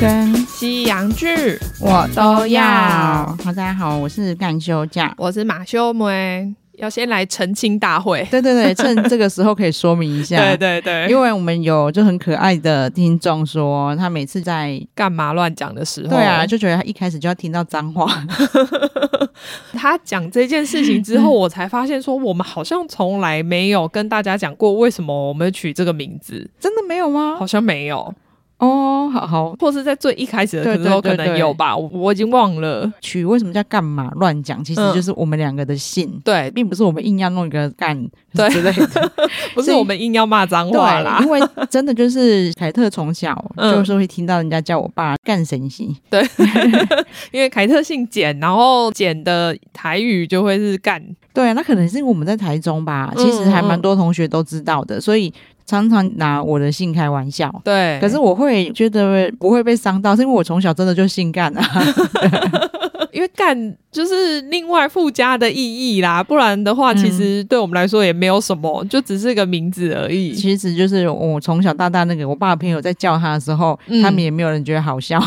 跟西洋剧，我都要要。好，大家好，我是干休假。我是马修梅，要先来澄清大会。对对对，趁这个时候可以说明一下。 对对对，因为我们有就很可爱的听众说，他每次在干嘛乱讲的时候？对啊，就觉得他一开始就要听到脏话， 他讲这件事情之嗯后，我才发现说，我们好像从来没有跟大家讲过为什么我们取这个名字，真的没有吗好？像没有，哦，好好或是在最一开始的时候对对可对能有吧，我我已经忘了。取为什么叫干嘛乱讲？其实嗯就是我们两个的姓，对，并不是我们硬要弄一个干对之类 的。不是我们硬要骂脏话对，啦因。为真的就是凯特从小嗯就是会听到人家叫我爸干神西，因为凯特姓简，然后简的台语就会是干，对，啊那可能是因为我们在台中吧，嗯其实还蛮多同学都知道的，所以常常拿我的姓开玩笑。对。可是我会觉得不会被伤到，是因为我从小真的就性感啊。嗯因为干就是另外附加的意义啦，不然的话，嗯其实对我们来说也没有什么，就只是个名字而 已。其实就是我从小到大那个我爸的朋友在叫他的时候，嗯他们也没有人觉得好 笑。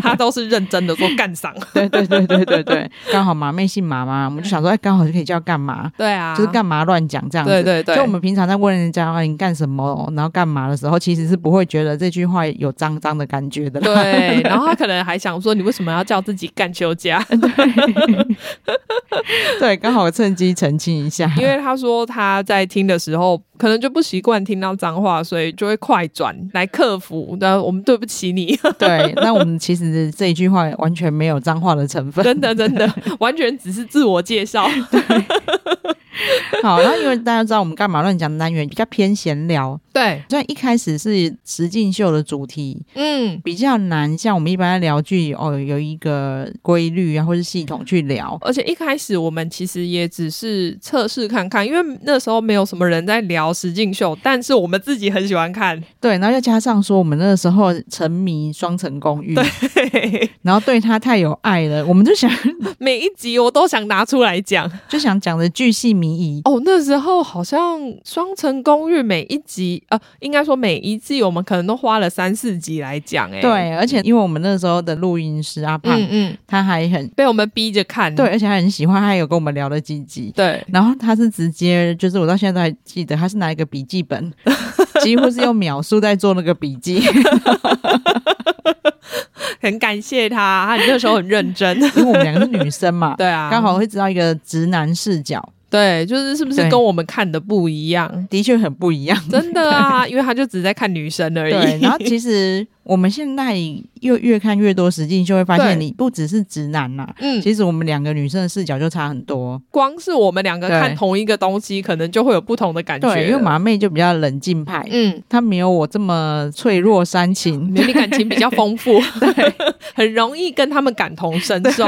他都是认真的说干上，对对对对对对，刚好马妹姓马嘛，我们就想说，哎，刚好就可以叫干嘛。 对啊，就是干嘛乱讲这样子，对对对就我们平常在问人家哎你干什么，然后干嘛的时候，其实是不会觉得这句话有脏脏的感觉的啦。 对，然后他可能还想说，你为什么要叫自己干休假？ 对，刚好趁机澄清一下。因为他说他在听的时候，可能就不习惯听到脏话，所以就会快转来克服。那我们对不起你， 对，那我们其实这一句话完全没有脏话的成分。真的真 的，完全只是自我介绍。好，那因为大家知道我们干嘛乱讲的单元比较偏闲聊，对，虽然一开始是实境秀的主题。嗯，比较难，像我们一般在聊剧哦，有一个规律啊，或是系统去聊。而且一开始我们其实也只是测试看看，因为那时候没有什么人在聊实境秀，但是我们自己很喜欢看。 对，然后又加上说我们那个时候沉迷《双层公寓》，嘿嘿嘿然后对他太有爱了，我们就想每一集我都想拿出来讲。就想讲的巨细靡遗。哦，那时候好像《双城公寓》每一集，呃，应该说每一季我们可能都花了三四集来讲、哎，，对，而且因为我们那时候的录音师阿胖，嗯嗯，他还很被我们逼着看。对，而且他很喜欢，他有跟我们聊了几集。对，然后他是直接，就是我到现在都还记得，他是拿一个笔记 本，几乎是用秒数在做那个笔记，很感谢他，他那时候很认真。 因为我们两个是女生嘛，对啊，刚好会知道一个直男视角，对，就是是不是对跟我们看的不一样？的确很不一样。真的啊，因为他就只在看女生而已。对，然后其实我们现在又越看越多实境秀，会发现对你不只是直男呐、嗯，其实我们两个女生的视角就差很多。光是我们两个对看同一个东西，可能就会有不同的感觉了。对，因为马妹就比较冷静派，嗯，她没有我这么脆弱煽情。你感情比较 丰富， 很容易跟他们感同身受。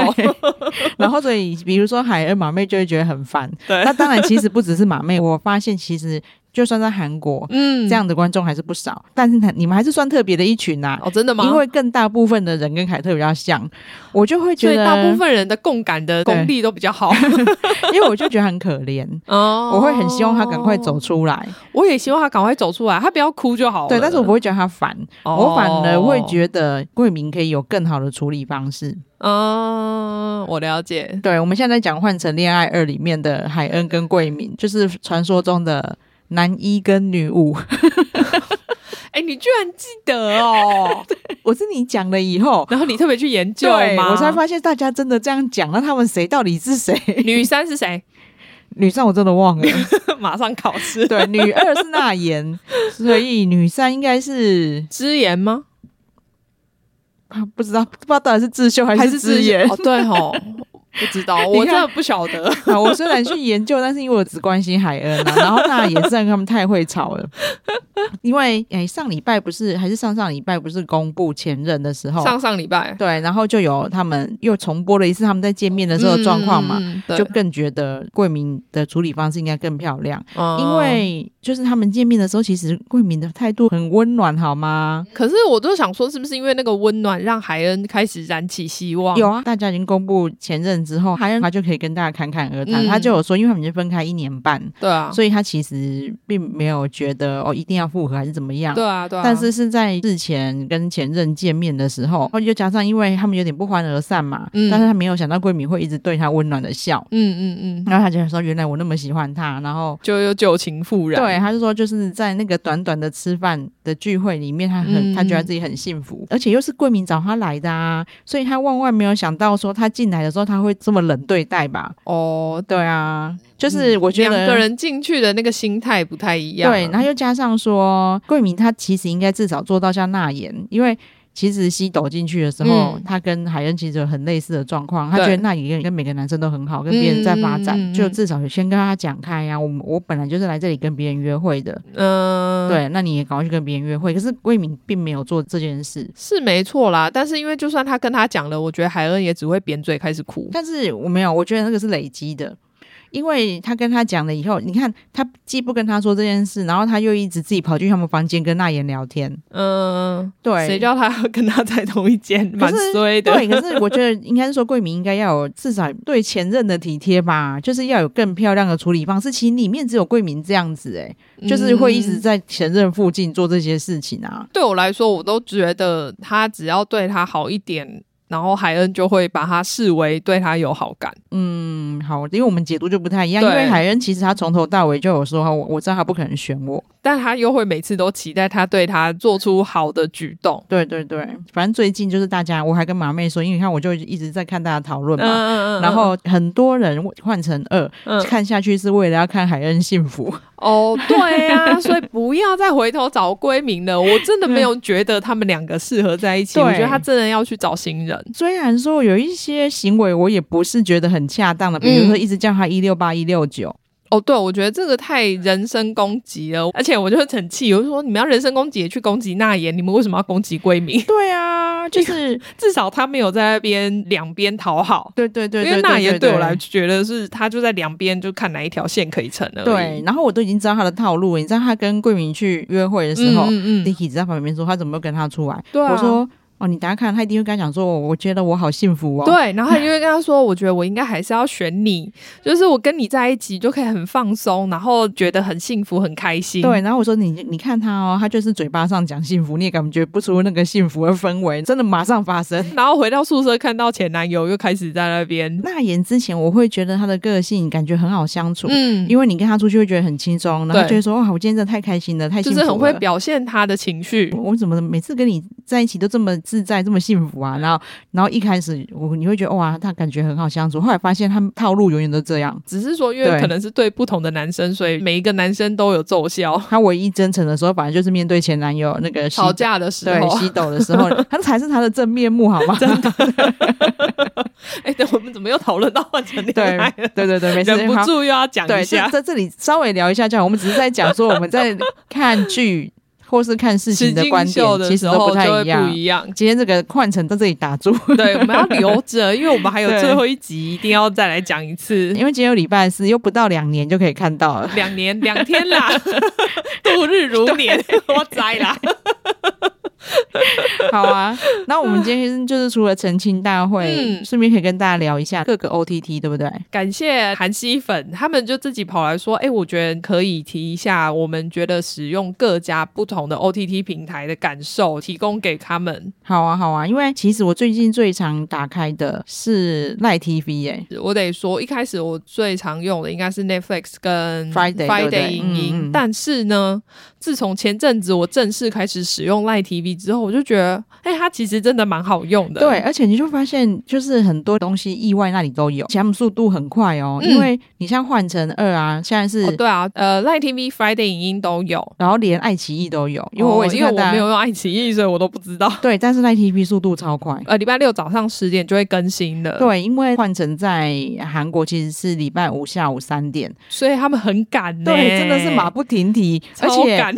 然后所以比如说海恩马妹就会觉得很烦。对那当然，其实不只是马妹，我发现其实就算在韩国，嗯，这样的观众还是不少，但是你们还是算特别的一群呐、哦，真的吗？因为更大部分的人跟凯特比较像，我就会所觉以得大部，分人的共感的功力都比较好。 因为我就觉得很可怜，哦我会很希望他赶快走，出来。我也希望他赶快走出来，他不要哭就好了。对，但是我不会觉得他烦，哦我反而会觉得桂明可以有更好的处理方式。嗯，哦我了解。对，我们现在在讲《换成恋爱二》里面的海恩跟桂明，就是传说中的男一跟女五。 哎，你居然记 得哦，我是你讲了以后，然后你特别去研究对吗？我才发现大家真的这样讲，那他们谁到底是谁？ 女三是谁？女上我真的忘了，马上考试。对，女二是那言，所以女三应该是之言吗？啊不知道，不知道到底是智秀还还是是智自妍言？。哦，对吼，不知道， 你我看真的不晓得。好，我虽然去研究，但是因为我只关心海恩啊，然后那也是他们太会吵了。 因为诶、上礼拜不是还是上上礼拜不是公布前任的时候，上上礼拜对，然后就有他们又重播了一次他们在见面的时候的状况嘛，，嗯嗯嗯对就更觉得桂明的处理方式应该更漂亮，嗯因为就是他们见面的时候，其实桂敏的态度很温暖，好吗？嗯可是我就想说，是不是因为那个温暖，让海恩开始燃起希望？有啊，大家已经公布前任之后，海恩他就可以跟大家侃侃而谈。嗯他就有说，因为他们已经分开一年半，对啊，所以他其实并没有觉得哦一定要复合还是怎么样。对啊，对啊。但是是在日前跟前任见面的时候，然后又加上因为他们有点不欢而散嘛，嗯但是他没有想到桂敏会一直对他温暖的笑，嗯，嗯嗯，然后他就说原来我那么喜欢他，然后就又旧情复燃。对，他就说就是在那个短短的吃饭的聚会里面，他很、嗯他觉得自己很幸福，而且又是桂敏找他来的啊，所以他万万没有想到说他进来的时候他会这么冷对待吧？哦，对啊，就是我觉嗯两得、个人进去的那个心态不太一样。啊对，然后又加上说，桂敏她其实应该至少做到像那言，因为其实西斗进去的时候，嗯她跟海恩其实有很类似的状况，她对觉得那言跟每个男生都很好，跟别人在发展，嗯嗯嗯嗯就至少有先跟他讲开呀、我我本来就是来这里跟别人约会的，嗯，，对，那你也赶快去跟别人约会。可是桂敏并没有做这件事。是没错啦。但是因为就算他跟他讲了，我觉得海恩也只会扁嘴开始哭。但是我没有，我觉得那个是累积的，因为他跟他讲了以后，你看他既不跟他说这件事，然后他又一直自己跑去他们房间跟那言聊天，嗯，对，谁叫他 要跟他在同一间，蛮是衰的。对，可是我觉得应该是说，桂明应该要有至少对前任的体贴吧，就是要有更漂亮的处理方式。其实里面只有桂明这样子、欸，嗯就是会一直在前任附近做这些事情啊。对我来说，我都觉得他只要对他好一点，然后海恩就会把他视为对他有好感。嗯，好，因为我们解读就不太一样，因对为海恩其实他从头到尾就有说，哦我我知道他不可能选我。但他又会每次都期待他对他做出好的举动。对对对，反正最近就是大家，我还跟马妹说，因为你看我就一直在看大家讨论嘛。嗯然后很多人换成二、嗯看下去是为了要看海恩幸福，哦，对 啊，所以不要再回头找闺蜜了。我真的没有觉得他们两个适合在一起，对我觉得他真的要去找新人。虽然说有一些行为我也不是觉得很恰当的，比嗯如说一直叫他一六八一六九，哦，对，我觉得这个太人身攻击了，而且我就很气，我就说你们要人身攻击也去攻击那言，你们为什么要攻击闺蜜？对 啊，就是至少他没有在那边两边讨好。对对对因对，为那言对我来对。觉得是，他就在两边就看哪一条线可以成而已。对，然后我都已经知道他的套路了，你知道他跟桂明去约会的嗯，时候、嗯 d i c 嗯 k y 在旁边说他怎么没有跟他出来，对啊我说哦，你等下看，他一定会跟他讲说，我我觉得我好幸福哦，对，啊然后他就会跟他说：“我觉得我应该还是要选你，就是我跟你在一起就可以很放松，然后觉得很幸福、很开心。”对，然后我说你你看他哦，他就是嘴巴上讲幸福，你也感觉不出那个幸福的氛围，真的马上发生。然后回到宿舍，看到前男友又开始在那边，那言之前我会觉得他的个性感觉很好相处，嗯，因为你跟他出去会觉得很轻松，然后对他就会说哇，我今天真的太开心了，太幸就福了。是很会表现他的情绪我。我怎么每次跟你在一起都这么自在，这么幸福啊？然后，然后一开始我你会觉得哇，他感觉很好相处，后来发现他们套路永远都这样。只是说，因对为可能是对不同的男生，所以每一个男生都有奏效。他唯一真诚的时候，反正就是面对前男友那个西吵架的时对候，西斗的时 候，他才是他的正面目，好吗？ 哎，对，我们怎么又讨论到换成恋对爱了？对对对，没事，忍不好住又要讲对，一在下在这里稍微聊一下就好。我们只是在讲说我们在看剧或是看事实情的观境秀点，的其实时都候就太会一样不。一样。 今天这个换成在这里打住， 对，我们要留着，因为我们还有对最后一集，一定要再来讲一次。因为今天有礼拜四，又不到两年就可以看到 了。两年两天啦， 度日如年，我栽啦。 好啊，那我们今天就是除了澄清大会，嗯顺便可以跟大家聊一下各个 OTT，对不对？感谢韩熙粉，他们就自己跑来说：“哎、我觉得可以提一下，我们觉得使用各家不同的 OTT 平台的感受，提供给他们。好啊，好啊，因为其实我最近最常打开的是赖 TV 耶、我得说，一开始我最常用的应该是 Netflix 跟 Friday，对不对 Friday 影音，嗯嗯但是呢，自从前阵子我正式开始使用 Lite TV 之后，我就觉得，哎、它其实真的蛮好用的。哦对，而且你就发现，就是很多东西意外那里都有，而且他们速度很快哦。嗯因为你像换成二啊，现在是，哦，对啊，呃，Lite TV、Friday 影音都有。”然后连爱奇艺都有，因为哦我也是因为看我大没家、有用爱奇艺，所以我都不知道。对，但是赖 TV 速度超快。呃，礼拜六早上十点就会更新的，，对，因为换成在韩国其实是礼拜五下午三点，所以他们很赶呢、对，真的是马不停蹄，而超且赶。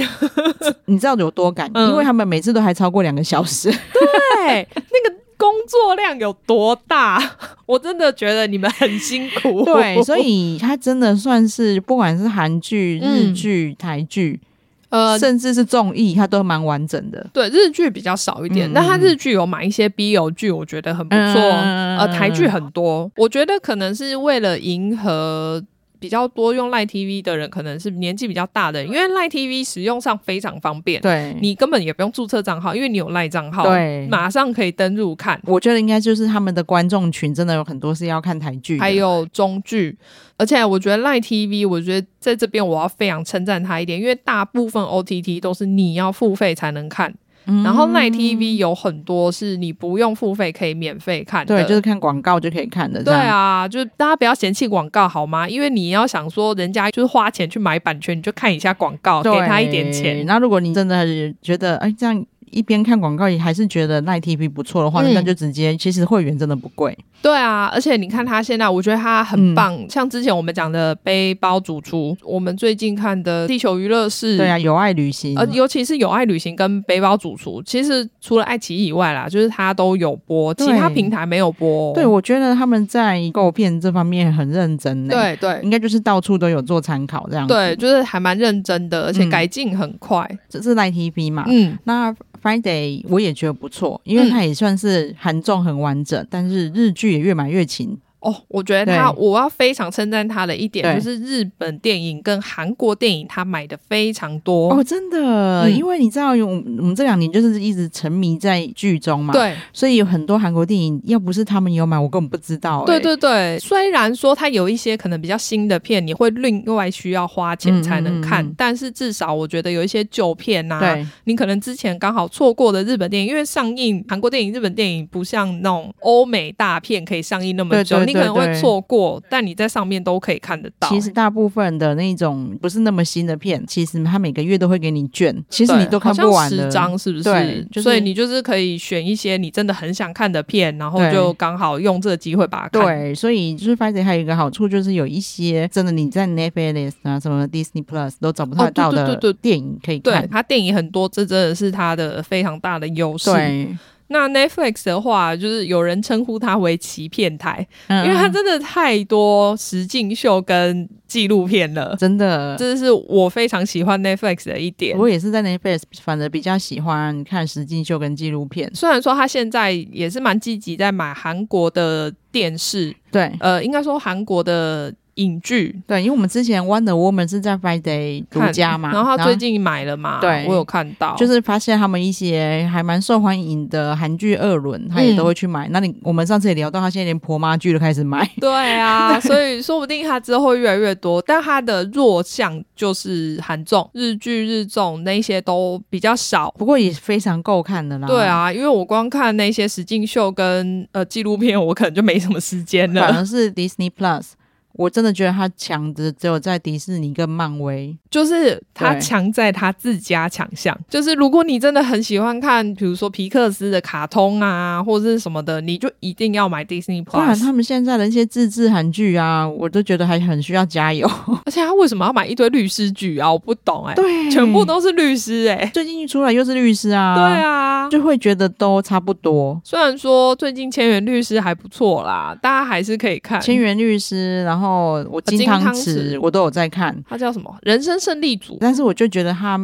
你知道有多赶，嗯 因为他们每次都还超过两个小时， 对，那个工作量有多大？ 我真的觉得你们很辛苦。对，所以它真的算是不管是韩剧、日剧、台剧， 嗯呃，甚至是综艺，它都蛮完整的。对日剧比较少一点，嗯那他日剧有买一些 BL 剧，我觉得很不错。嗯呃，台剧很多，我觉得可能是为了迎合。比较多用赖 TV 的人，可能是年纪比较大的人，因为赖 TV 使用上非常方便，对，你根本也不用注册账号，因为你有赖账号，对马上可以登入看。我觉得应该就是他们的观众群真的有很多是要看台剧的，还有中剧，而且我觉得赖 TV，我觉得在这边我要非常称赞他一点，因为大部分 OTT 都是你要付费才能看，嗯然后赖 TV 有很多是你不用付费可以免费看的，对，就是看广告就可以看的。对，啊，就是大家不要嫌弃广告好吗？因为你要想说人家就是花钱去买版权，你就看一下广告，哦给对他一点钱。那如果你真的觉得哎这样。一边看广告也还是觉得赖 TV 不错的话，嗯那就直接其实会员真的不贵，对啊，而且你看他现在，我觉得他嗯很棒。像之前我们讲的背包主厨，我们最近看的《地球娱乐室》对啊，有爱旅行，嗯呃，尤其是有爱旅行跟背包主厨，其实除了爱奇艺以外啦，就是它都有播，其对他平台没有播哦、对我觉得他们在购片这方面很认真呢，，对对应该就是到处都有做参考这样子，对，就是还蛮认真的，而且改进很快。这是赖 TV 嘛，嗯，那 Friday 我也觉得不错，因为它也算是韩综很完整，但是日剧也越买越勤。哦，我觉得他，对我要非常称赞他的一点，对就是日本电影跟韩国电影他买的非常多。哦，真的，嗯因为你知道，我们我们这两年就是一直沉迷在剧中嘛，，对所以有很多韩国电影，要不是他们有买，我根本不知道、欸。对对对，虽然说它有一些可能比较新的片，你会另外需要花钱才能看，嗯嗯嗯但是至少我觉得有一些旧片啊呐、对你可能之前刚好错过的日本电影，因为上映韩国电影、日本电影不像那种欧美大片可以上映那么久，对对你可能对会对错过，但你在上面都可以看得到。其实大部分的那种不是那么新的片，其实它每个月都会给你券，其实对你都看不好完像的十。张是不是对？就是所以你就是可以选一些你真的很想看的片，然后对就刚好用这个机会把它看。对，所以就是 Friday 还有一个好处，就是有一些真的你在 Netflix 啊、什么 Disney Plus 都找不哦太对到对的对对电影可以看。对，它电影很多，这真的是它的非常大的优势。对，那 Netflix 的话，就是有人称呼它为“欺骗台”，嗯因为它真的太多实境秀跟纪录片了。真的，这是我非常喜欢 Netflix 的一点。我也是在 Netflix，反而比较喜欢看实境秀跟纪录片。虽然说他现在也是蛮积极在买韩国的电视，对呃，应该说韩国的影剧。对，因为我们之前 Wonder Woman 是在 Friday 独看家嘛，然后他最近买了嘛，对我有看到，就是发现他们一些还蛮受欢迎的韩剧二轮，他也嗯都会去买。那你我们上次也聊到，他现在连婆妈剧都开始买。 对啊，所以说不定他之后会越来越多，但他的弱项就是韩综、日剧、日综那些都比较少。不过也非常够看的啦。对，啊，因为我光看那些实境秀跟呃纪录片，我可能就没什么时间 了反。而是 Disney Plus，我真的觉得它强的只有在迪士尼跟漫威。就是他对强在他自家强项，就是如果你真的很喜欢看，比如说皮克斯的卡通啊，或者是什么的，你就一定要买 Disney 不然 Plus。他们现在的一些自制韩剧啊，我都觉得还很需要加油。 而且他为什么要买一堆律师剧啊？我不懂哎、对全部都是律师哎、最近一出来又是律师啊。对啊，就会觉得都差不多。虽然说最近千元律师还不错啦，大家还是可以看。千元律师，然后我金金汤汤匙匙我都有在看，他叫什么？人生胜利组。啊但是我就觉得他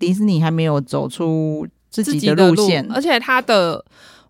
迪士尼还没有走出自自己己的的呃路线。而且他的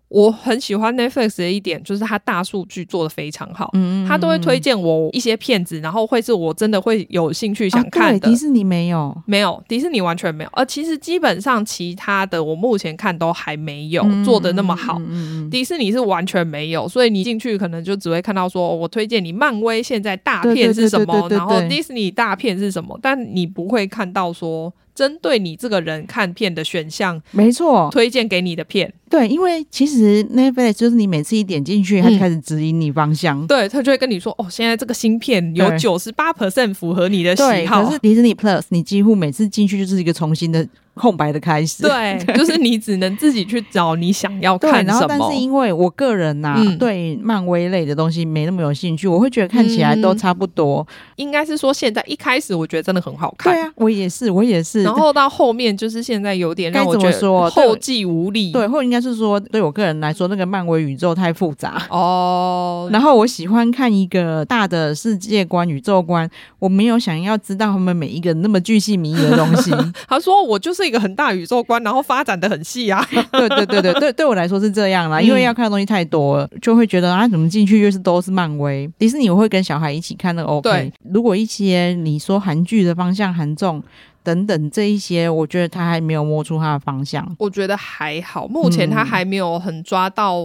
我很喜欢 Netflix 的一点就是他大数据做的非常好，嗯他都会推荐我一些片子，然后会是我真的会有兴趣想看啊的。对迪士尼没有，哦没有，迪士尼完全没有。呃，其实基本上其他的我目前看都还没有、做的那么好。嗯嗯嗯嗯迪士尼是完全没有，所以你进去可能就只会看到说，哦我推荐你漫威现在大片是什对对么对对，对然后迪士尼大片是什么，但你不会看到说针对你这个人看片的选项没错，推荐给你的片。对，因为其实 Netflix 就是你每次一点进去，它嗯就开始指引你方向。对他就会跟你说，哦，现在这个芯片有对九十八 percent 符合你的喜对，好，可是迪士尼 Plus，你几乎每次进去就是一个重新的空白的开始。对，就是你只能自己去找你想要对，看然后什但是么。因为我个人呐、嗯对漫威类的东西没那么有兴趣，我会觉得看起来嗯都差不多。应该是说现在一开始我觉得真的很好对看，啊，我也是，我也是。然后到后面就是现在有点让我觉该怎么得说对后继无力。对，或者应该是说，对我个人来说，那个漫威宇宙太复杂。哦，然后我喜欢看一个大的世界观、宇宙观，我没有想要知道他们每一个那么巨细靡遗的东 西。他说我就是一个很大宇宙观，然后发展的很 细啊。对对对对对，对我来说是这样啦，因为嗯要看的东西太多了，就会觉得啊，怎么进去又是都是漫威、迪士尼，我会跟小孩一起看那个 OK 对。如果一些你说韩剧的方向、韩综等等这一些，我觉得他还没有摸出他的方向。我觉得还好，目嗯前他还没有很抓到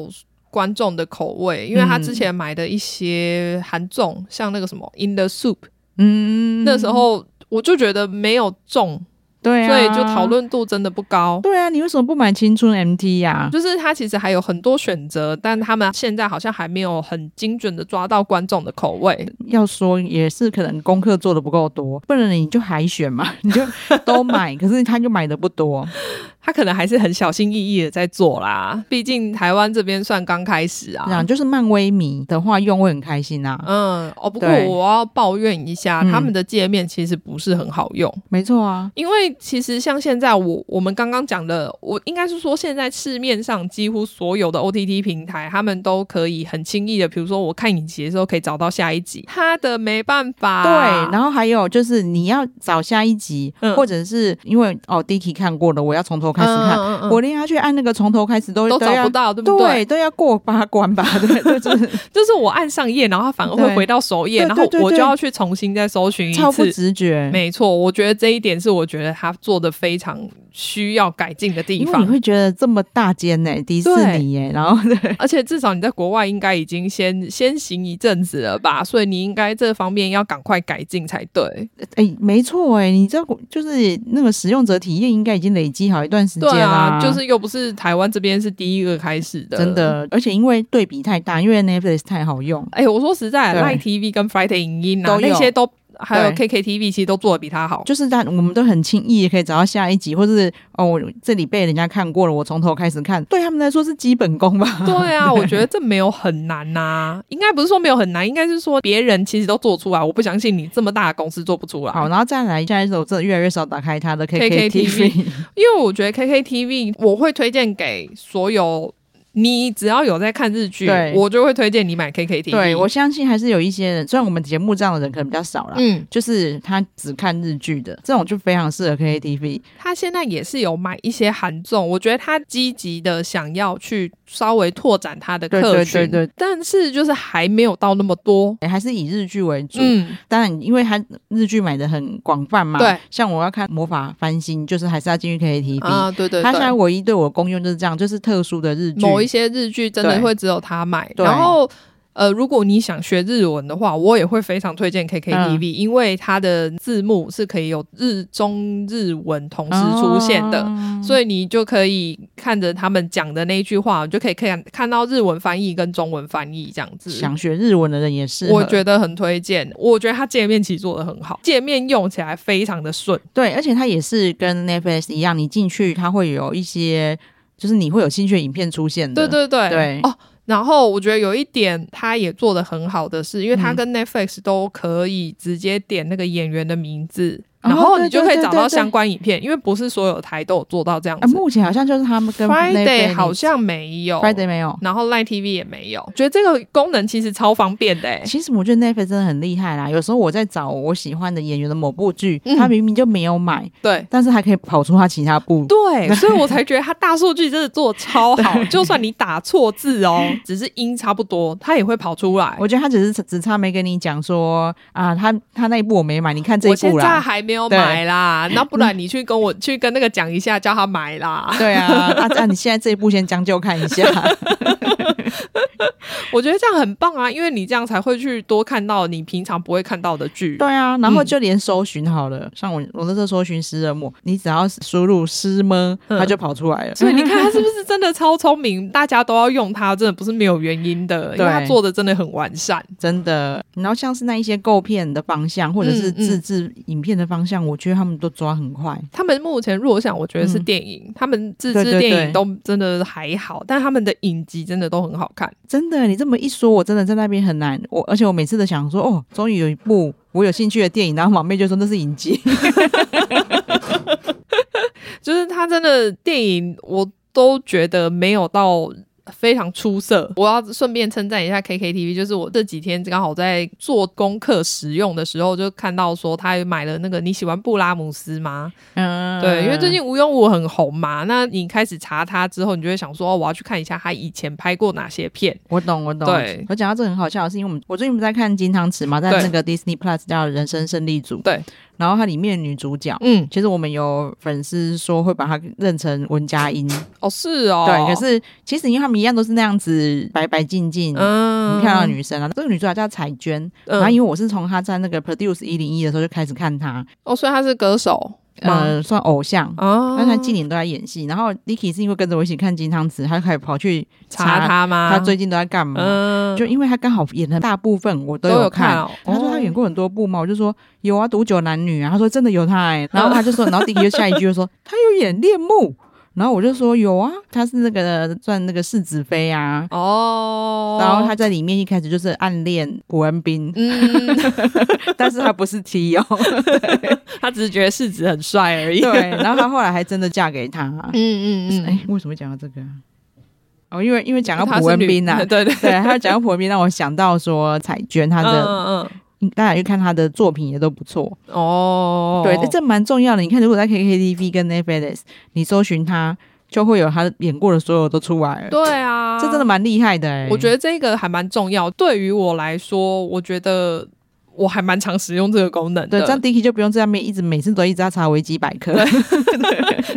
观众的口味，因为他嗯之前买的一些韩综，像那个什么《In the Soup》，嗯，那时候我就觉得没有中，对啊，所以就讨。论度真的不高。对啊，你为什么不买青春 MT 呀、就是他其实还有很多选择，但他们现在好像还没有很精准的抓到观众的口味。要说也是可能功课做的不够多，不然你就海选嘛， 你就都 买，可是他就买的不多。他可能还是很小心翼翼的在做啦，毕竟台湾这边算刚开始这样啊。就是漫威迷的话用会很开心啊。嗯，哦，不过对我要抱怨一下，嗯他们的界面其实不是很好用。没错啊，因为其实像现在我我们刚刚讲的，我应该是说现在市面上几乎所有的 OTT 平台，他们都可以很轻易的，比如说我看影集的时候可以找到下一集，他的没办法。对，然后还有就是你要找下一集，嗯或者是因为哦，Dicky 看过了，我要从头开始嗯看，嗯嗯我连他去按那个从头开始都都找要不。到，对不对，都要过八关吧， 对，对 就是就是我按上页，然后它反而对会回到首页，对然后对对我就对要去重新再搜寻一超不次。直觉。没错，我觉得这一点是我觉得他做的非常需要改进的地因为你方。会觉得这么大间呢、迪士尼耶、然后对而且至少你在国外应该已经先先行一阵子了吧，所以你应该这方面要赶快改进才对。哎，没错哎、你知道就是那个使用者体验应该已经累积好一段时间对啦、啊，就是又不是台湾这边是第一个开始的，真。的，而且因为对比太大，因为 Netflix 太好用，哎、我说实在对，Live TV 跟 Friday 影音啊都有那些都还有对 KKTV，其实都做的比它好。就是但我们都很轻易可以找到下一集，或是哦，我这里被人家看过了，我从头开始看，对他们来说是基本功吧？对啊，我觉得这没有很难呐、应该不是说没有很难，应该是说别人其实都做出来，我不相信你这么大的公司做不出来。好，然后再来下一首，真的越来越少打开它的 KKTV KKTV。因为我觉得 KKTV 我会推荐给所有你只要有在看日剧对，我就会推荐你买 KKTV。对，我相信还是有一些人，虽然我们节目这样的人可能比较少啦。嗯，就是他只看日剧的这种就非常适合 KTV，他现在也是有买一些韩综，我觉得他积极的想要去稍微拓展他的对客对群，对对哎但是就是还没有到那么多。还是以日剧为主。嗯，当然，因为他日剧买的很广泛嘛。对，像我要看《魔法翻新》，就是还是要进去 KTV。啊，对对他现在对。唯一对我的功用就是这样，就是特殊的日剧。某一些日剧真的对会只有他买，对然后。呃，如果你想学日文的话，我也会非常推荐 KKTV，、因嗯为它的字幕是可以有日中日文同时出现的，哦所以你就可以看着他们讲的那一句话，你就可以看看到日文翻译跟中文翻译这样子。想学日文的人也是，我觉得很推荐，我觉得它界面其实做的很好，界面用起来非常的顺。对，而且它也是跟 Netflix 一样，你进去它会有一些，就是你会有兴趣的影片出现的。对对对对哦。然后我觉得有一点它也做的很好的是，因为它嗯跟 Netflix 都可以直接点那个演员的名字，哦然后对你就可以对找对到对相关影片，因为不是所有台都有做到这样啊，子。目前好像就是他们跟 Friday Netflix 好像没有 Friday 没有。然后 Line TV 也没有，觉得这个功能其实超方便 的、欸。其实我觉得 Netflix 真的很厉害啦。有时候我在找我喜欢的演员的某部剧，嗯他明明就没有买，对但是还可以跑出他其他部。对，所以我才觉得它大数据真的做得超 好，就算你打错字哦，只是音差不多，它也会跑出来。我觉得他只是只差没跟你讲说啊，他他那一部我没买，你看这一我现部在啦。还没有对买啦，那不 然你去跟我 去跟那个讲一下，叫他买啦。 对啊，啊，啊你现在这一部先将就看一下。我觉得这样很棒啊，因为你这样才会去多看到你平常不会看到的剧。对啊，然后就连搜寻好了，像我我那时候搜寻诗人母，你只要输入诗么，嗯它就跑出来了。所以你看他是不是真的超聪明？大家都要用他，真的不是没有原因的，因为 他对做的真的很完善。真的，然后像是那一些购片的方向，或者是嗯嗯自制影片的方向，我觉得他们都抓很快。他们目前弱项，我觉得是电影，他们自制嗯对对电影对都真的还好，但他们的影集真的都很好看。真的，你这么一说，我真的在那边很难。我而且我每次都想说，哦，终于有一部我有兴趣的电影，然后马妹就说那是影 集。就是他真的电影，我都觉得没有到。非常出色，我要顺便称赞一下 KKTV，就是我这几天刚好在做功课使用的时候，就看到说他买了那个你喜欢布拉姆斯吗？嗯，对，因为最近吴庸武很红嘛，那你开始查他之后，你就会想说、哦我要去看一下他以前拍过哪些片。我懂，我懂。对我讲到这个很好笑的是，因为我们我最近不是在看《金汤匙》嘛，在对那个 Disney Plus 叫《人生胜利组》，对，然后它里面女主角。嗯，其实我们有粉丝说会把她认成文佳音，哦是哦，对。可是其实因为他们一样都是那样子白白净净、嗯，很漂亮的女生啊。这个女主角叫彩娟，嗯然后因为我是从她在那个 Produce 一零一的时候就开始看她，哦，所以他是歌手吗？呃，算偶像。啊，但她近年都在演戏，然后 Dicky 是因为跟着我一起看金汤匙，她就开始跑去查她他吗？她最近都在干嘛？啊嗯就因为她刚好演了大部分我都有有看，哦，他说他演过很多部嘛，我就说有啊，《毒酒男女》啊，他说真的有他哎、然后他 就说，然后迪迪就下一句就说他有演恋慕，然后我就说有啊，他是那个算那个世子妃啊，哦，然后他在里面一开始就是暗恋古恩 斌，嗯，但是他不是 T 哦，他只是觉得世子很帅而已。 对，然后他后来还真的嫁给他，嗯嗯哎、嗯，为什么讲到这个啊？哦，因为因为讲到他是古恩女，斌呐、啊 对对，对，他讲到普恩斌让我想到说彩娟她嗯的，嗯嗯，大家去看她的作品也都不错，哦，对，这蛮重要的。你看，如果在 KKTV 跟 Netflix，你搜寻他，就会有他演过的所有都出来了。对啊，这真的。蛮厉害的哎、我觉得得这个还蛮重要。对于我来说，我觉得我还蛮常使用这个功能对，的。这样 Dicky 就不用在那边一直每次都一直要查维基百科。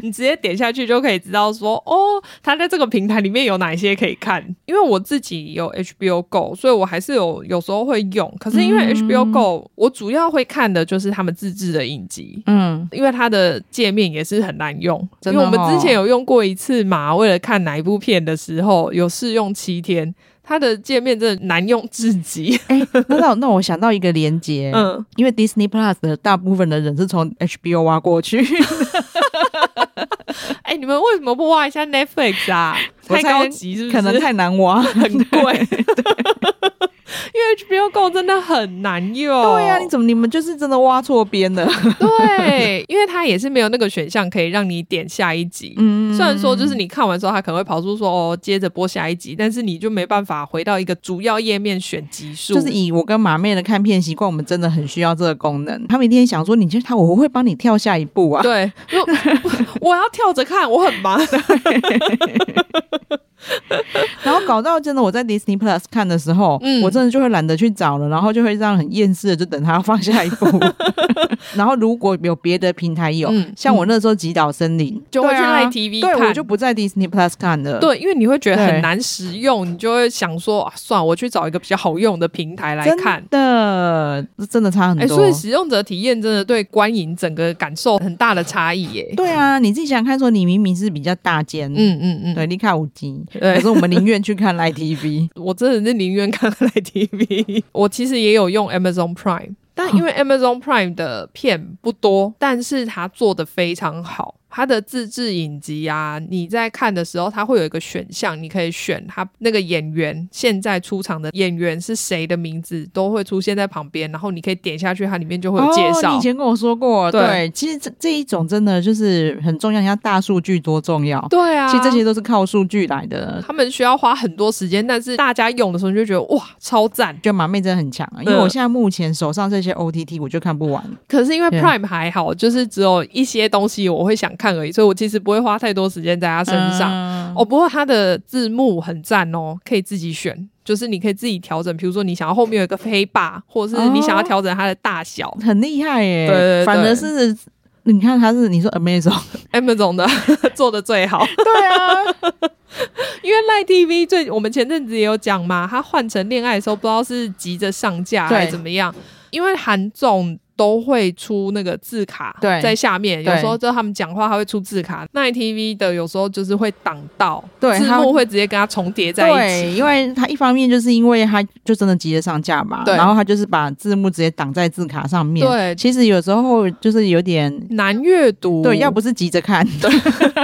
你直接点下去就可以知道说，哦，它在这个平台里面有哪些可以看。因为我自己有 HBO Go，所以我还是有有时候会用。可是因为 HBO Go，、我主要会看的就是他们自制的影集。 嗯，因为它的界面也是很难用，因真为的我们哦之前有用过一次嘛，为了看哪一部片的时候，有试用七天，它的界面真的难用至极。那让那我想到一个连接，嗯，因为 Disney Plus 的大部分的人是从 HBO 挖过去，哎、你们为什么不挖一下 Netflix 啊？ 我 太猜高级是不是？可能太难 挖。很贵， 因为 HBO Go 真的很难用。对啊呀、你怎么你们就是真的挖错边了？对，因为它也是没有那个选项可以让你点下一集。嗯虽然说就是你看完之后，它可能会跑出说哦，接着播下一集，但是你就没办法回到一个主要页面选集数。 就是以我跟马妹的看片习惯，我们真的很需要这个功能。他们一定想说，你就他我会帮你跳下一步啊。对， 如果我要跳着看，我很忙。然后搞到真的，我在 Disney Plus 看的时候，嗯我真的就会懒得去找了，然后就会这样很厌世的，就等它放下一 步。然后如果有别的平台有，嗯像我那时候极岛森林，就会去对啊 Line TV 对看我就不在 Disney Plus 看了。对，因为你会觉得很对难实用，你就会想说，啊、算了，我去找一个比较好用的平台来真看。的，这真的差很哎、多。所以使用者体验真的对观影整个感受很大的差异耶。对啊，你自己想想看，说你明明是比较大间，嗯嗯嗯，对，你看五集，可对是我们宁愿去看 Line TV。我真的是宁愿看 l TV。我其实也有用 Amazon Prime，但因为哦 Amazon Prime 的片不多，但是它做的非常好。它的自制影集啊，你在看的时候，它会有一个选项，你可以选它那个演员现在出场的演员是谁的名字，都会出现在旁边，然后你可以点下去，它里面就会有介哦。你绍。以前跟我说过，对对，其实这这一种真的就是很重要，你看大数据多重要。对啊，其实这些都是靠数据来的。他们需要花很多时间，但是大家用的时候你就觉得哇，超赞。就马妹真的很强啊，因为我现在目前手上这些 OTT 我就看不完，可是因为对 Prime 还好，就是只有一些东西我会想看而已，所以我其实不会花太多时间在它身上。嗯哦，不过它的字幕很赞哦，可以自己选，就是你可以自己调整，比如说你想要后面有一个黑霸，或者是你想要调整它的大小。很厉害耶。对对对反而是你看他是你说 Amazon， Amazon 的 做的最好，对啊，因为赖 TV 最我们前阵子也有讲嘛，它换成恋爱的时候，不知道是急着上架对还是怎么样，因为韩总都会出那个字卡对在下面，有对时候就他们讲话他会出字卡，赖 TV 的有时候就是会挡到， 对字它幕会直接跟它重叠在一起。对，因为他一方面就是因为他就真的急着上架嘛，对然后他就是把字幕直接挡在字卡上面，对其实有时候就是有点。难阅读，对，要不是急着看，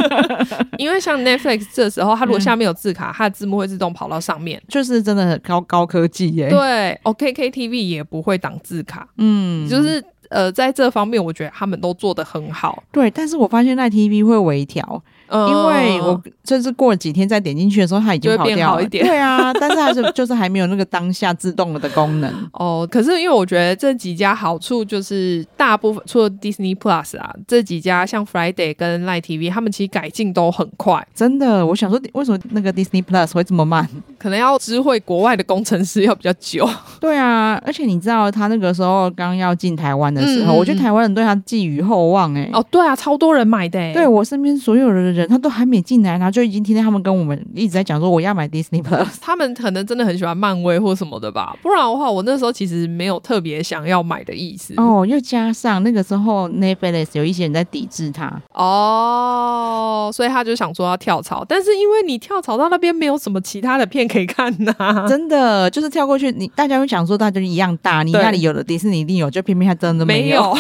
因为像 Netflix 这时候，它如果下面有字卡，它的字幕会自动跑到上面。就是真的很高高科技耶、对哦，KKTV 也不会挡字卡，嗯，就是呃，在这方面，我觉得他们都做得很好。对。但是我发现赖 TV 会微调，嗯因为我就是过了几天再点进去的时候，它已经就会跑变掉好了。一点对啊， 但是还是就是还没有那个当下自动了的功能。哦，可是因为我觉得这几家好处就是大部分除了 Disney Plus 啊，这几家像 Friday 跟 Line TV，他们其实改进都很快，真的，我想说，为什么那个 Disney Plus 会这么慢？可能要知会国外的工程师要比较久。对啊，而且你知道，他那个时候刚要进台湾的时候，嗯嗯我觉得台湾人对他寄予厚望哎、哦，对啊，超多人买的、欸，对我身边所有的人，他都还没进来，然后就已经听到他们跟我们一直在讲说我要买 Disney Plus。他们可能真的很喜欢漫威或什么的吧，不然的话，我那时候其实没有特别想要买的意思。 哦，又加上那个时候 Netflix 有一些人在抵制他，哦，所以他就想说要跳槽，但是因为你跳槽到那边没有什么其他的片可以看呐、真的就是跳过去，你大家会讲说大家就一样大，你对那里有的迪士尼一定有，就偏偏他真的没有。有。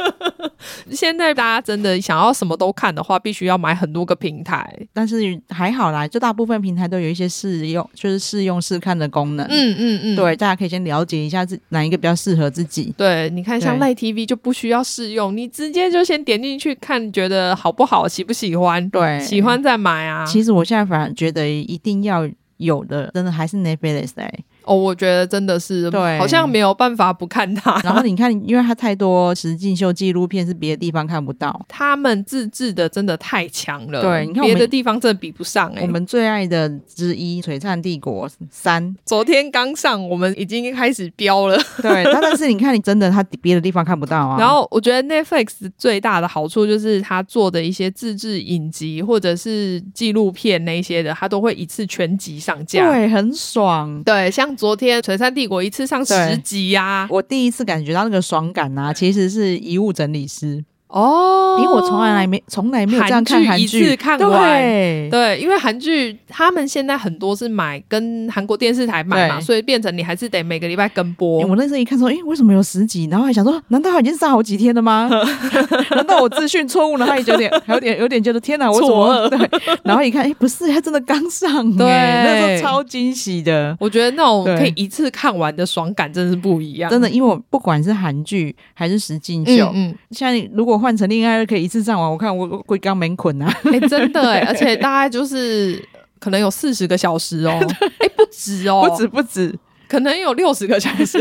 现在大家真的想要什么都看的话，必须要买很多个平台。但是还好啦，就大部分平台都有一些试用，就是试用试看的功能。嗯嗯嗯，对，大家可以先了解一下自哪一个比较适合自己。对，你看像对 Lite TV 就不需要试用，你直接就先点进去看，觉得好不好，喜不喜欢，对，喜欢再买啊。其实我现在反而觉得一定要有的，真的还是 Netflix 哎、 哦，我觉得真的是，对好像没有办法不看它。然后你看，因为它太多实境秀纪录片是别的地方看不到。 他们自制的真的太强了，对你看我别们的地方真的比不上哎、我们最爱的之一《璀璨帝国三昨天刚上，我们已经开始飙了。》，对，但但是你看，你真的它别的地方看不 到啊。然后我觉得 Netflix 最大的好处就是它做的一些自制影集或者是纪录片那一些的，它都会一次全集上架。对，很爽。对，像昨天《璀璨帝国》一次上十对集啊呀、我第一次感觉到那个爽感啊，其实是遗物整理师，哦，因为我从来来没从来没有这样看韩韩剧一剧，次看完对对，因为韩剧他们现在很多是买跟韩国电视台买嘛，对所以变成你还是得每个礼拜跟播。我那时候一看说，诶，为什么有十集？然后还想说，难道他已经上好几天了吗？ 难道我资讯错误了？他也有点，还有点，有点觉得天哪，我怎么 对？然后一看，诶，不是，他真的刚上、诶对那时候超惊喜的，我觉得那种对可以一次看完的爽感真的是不一样，真的，因为我不管是韩剧还是实境秀，嗯现在如果换成恋爱，可以一次上完，我看我我会刚没捆啊， 嗯，哎、真的哎、而且大概就是可能有四十个小时 哦，哎、不止哦，不止，不止。可能有六十个小 时，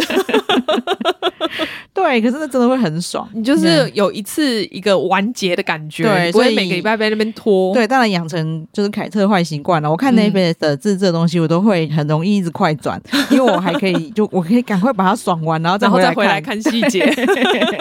对，可是那真的会很爽，你就是有一次一个完结的感觉，对你不会所以每个礼拜被那边拖，对，当然养成就是凯特坏习惯了。我看嗯 Netflix 的自制的东西，我都会很容易一直快转，因为我还可 以就我可以赶快把它爽完，然后再然后再来回来看细节。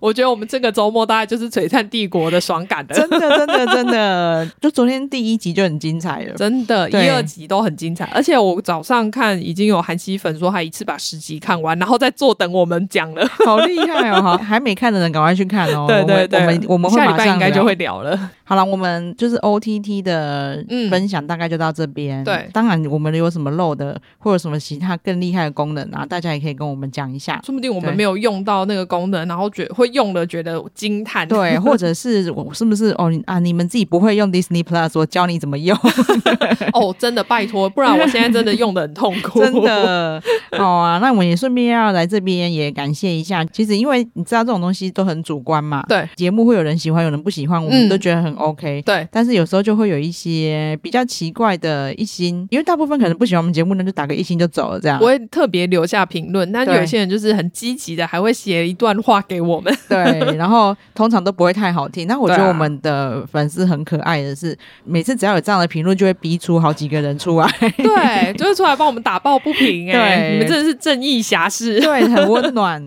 我觉得我们这个周末大概就是《璀璨帝国》的爽感的，真的，真的，真的，就昨天第一集就很精彩了。真的，一对二集都很精彩。而且我早上看已经有韩熙粉说他一次把十集看完，然后再坐等我们讲了。好厉害哦！哈，还没看的人赶快去看哦。对对对，我们我们我们会下礼马拜上应该聊就会聊了。好了。我们就是 O T T 的嗯分享，大概就到这边。对当然我们有什么漏的，或者什么其他更厉害的功能啊，大家也可以跟我们讲一下。说不定我们对没有用到那个功能，然后觉会用了觉得惊叹。对，或者是我是不是哦你啊？你们自己不会用 Disney Plus，我教你怎么用， 哦，真的拜托，不然我现在真的用的很痛苦。真，的。好啊，那我们也顺便要来这边也感谢一下。其实因为你知道这种东西都很主观嘛， 对节目会有人喜欢，有人不喜欢，我嗯们都觉得很 OK。对，但是有时候就会有一些比较奇怪的一星，因为大部分可能不喜欢我们节目，那就打个一星就走了这样我。会特别留下评论，但啊对有些人就是很积极的，还会写一段话给 我们。对，然后通常都不会太好听。那我觉对得啊我们的粉丝很可爱的是，每次只要有这样的评论，就会逼出好几个人出来。对，就会出来帮我们打抱不平、哎，对 你们真的是正义侠士。对，很温暖。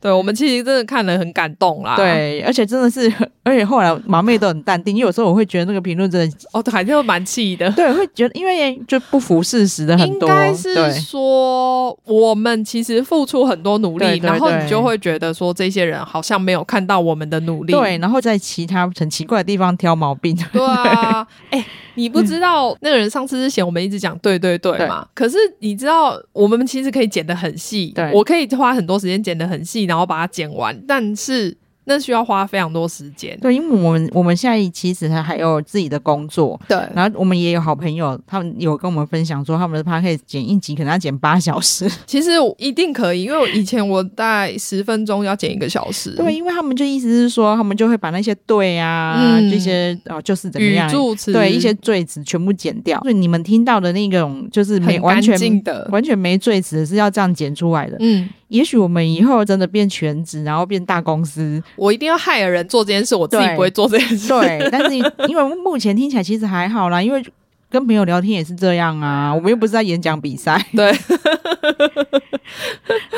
对我们其实真的看了很感动啦。，对，而且真的是， 而且后来马妹都很淡定，因为有时候我会觉得那个评论真的，。哦，对，还是蛮气的对，会觉得因为就不符事实的很应多，该是对说，我们其实付出很多努力，对对然后对你就会觉得说，这些人好像没有看到我们的努力。对，然后在其他很奇怪的地方挑毛病， 对啊，哎、你不嗯知道那个人上次之前我们一直讲对对对嘛，可是你知道我们其实可以剪得很细对，我可以花很多时间剪得很细，然后把它剪完，但是那需要花非常多时间。 对，因为我们我们现在其实还有自己的工作，对，然后我们也有好朋友，他们有跟我们分享说，他们的 p a 可以剪一集可能要剪八小时。其实我一定可以，因为我以前我在十分钟要剪一个小时， 对，，因为他们就意思是说，他们就会把那些对啊、嗯这些哦，就是怎么语样，助词对一些赘词全部剪掉，所以你们听到的那种就是没很完干全净的，完全没赘词是要这样剪出来的。嗯，也许我们以后真的变全职，然后变大公 司，我一定要害人做这件事，我自己对不会做这件事。对。但是因为目前听起来其实还好啦，因为跟朋友聊天也是这样啊，我们又不是在演讲比赛。 对，嗯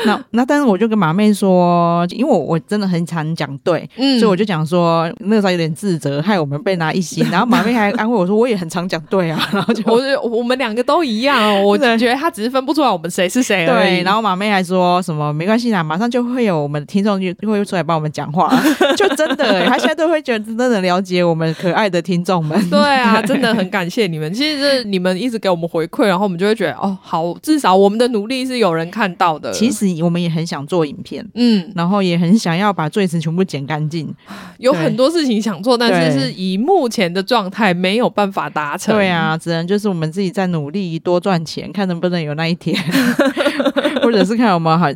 那那但是我就跟马妹说，因为我我真的很常讲对，嗯所以我就讲说那个时候有点自责，害我们被拿一星。然后马妹还安慰我说，我也很常讲对啊，然后就我觉得我们两个都一样哦，我对觉得他只是分不出来我们谁是谁而已。对，然后马妹还说什么没关系啦，马上就会有我们听众就会出来帮我们讲话， 就真的、欸，他现在都会觉得真的了解我们可爱的听众们。对 啊，真的很感谢你们。其实是你们一直给我们回馈，然后我们就会觉得哦，好，至少我们的努力是有人看到的。其，实我们也很想做影片，嗯，然后也很想要把罪词全部剪干净。有很多事情想做，但是对是以目前的状态没有办法达成。对，啊，只能就是我们自己在努力多赚钱，看能不能有那一天， 或者是看我们好。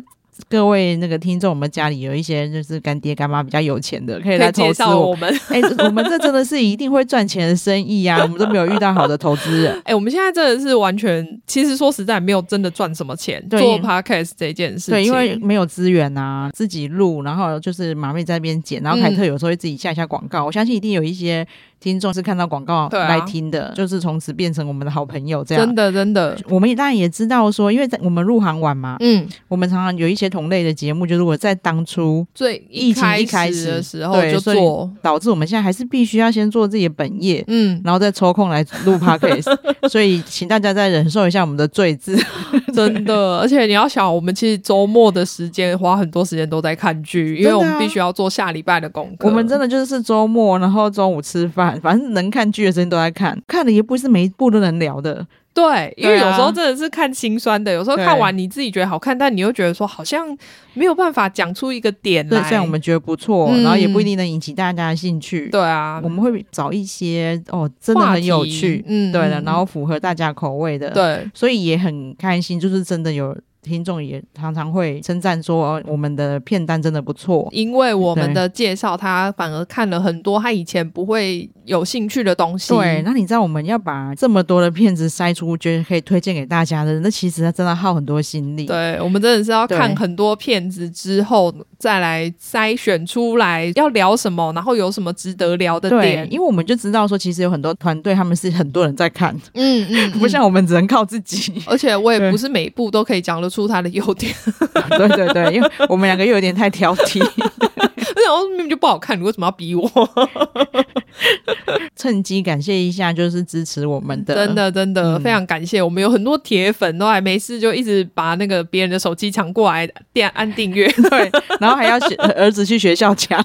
各位那个听众，我们家里有一些就是干爹干妈比较有钱的，可以可以来介投资绍我我。们。哎、我们这真的是一定会赚钱的生意呀、我们都没有遇到好的投资人。哎、我们现在真的是完全，其实说实在，没有真的赚什么钱对做 podcast 这件事情。对，因为没有资源啊，自己录，然后就是马妹在那边剪，然嗯后凯特有时候会自己下一下广告。我相信一定有一些听众是看到广告对啊来听的，就是从此变成我们的好朋友这样真。的真的，我们也当然也知道说，因为在我们入行晚嘛，嗯，我们常常有一些同类的节目，就是我在当初最疫情一开开始始的时候对就所以做，导致我们现在还是必须要先做自己的本业，嗯，然后再抽空来 录 podcast，所以请大家再忍受一下我们的罪字。 真的，而且你要想，我们其实周末的时间花很多时间都在看剧，因为我们真的啊必须要做下礼拜的功课。我们真的就是周末，然后中午吃饭，反正能看剧的时间都在看，看了也不是每一部都能聊的。对，因为对啊有时候真的是看心酸的，有时候对看完你自己觉得好看，但你又觉得说好像没有办法讲出一个点对来。，虽然我们觉得不错，嗯然后也不一定能引起大家的兴趣。对啊我，们会找一些哦，真的话很有题趣，嗯对的，嗯然后符合大家口味的，，对所以也很开心，就是真的有听众也常常会称赞说、哦我们的片单真的不错，因为我们的介绍，他反而看了很多他以前不会有兴趣的东西。对，那你知道我们要把这么多的片子筛出，觉得可以推荐给大家的，那其实它真的耗很多心力，对，我们真的是要对看很多片子之后，再来筛选出来要聊什么，然后有什么值得聊的对，点。因为我们就知道说，其实有很多团队他们是很多人在 看，嗯嗯，。不像我们只能靠自己 而且我也对不是每一部都可以讲得出它的优点， 对对对，因为我们两个又有点太挑剔。 我想说明明就不好看，你为什么要逼我？趁机感谢一下，就是支持我们的，真的真的、嗯非常感谢，我们有很多铁粉都还没事就一直把那个别人的手机抢过来点按订 阅，对。然后还要学 儿子去学校讲，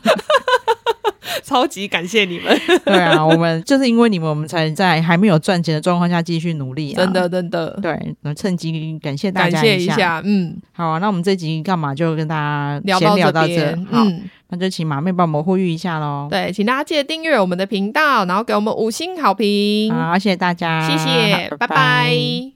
超级感谢你们，对啊，我们就是因为你们，我们才在还没有赚钱的状况下继续努力、啊。真， 的真的。对，那趁机感谢大感家谢一一下，嗯，好啊，那我们这集干嘛就跟大家聊闲到聊到这边，，好，嗯，那就请马妹帮我们呼吁一下喽。对，请大家记得订阅我们的频道，然后给我们五星好评，啊好，谢谢大家，谢谢，好拜拜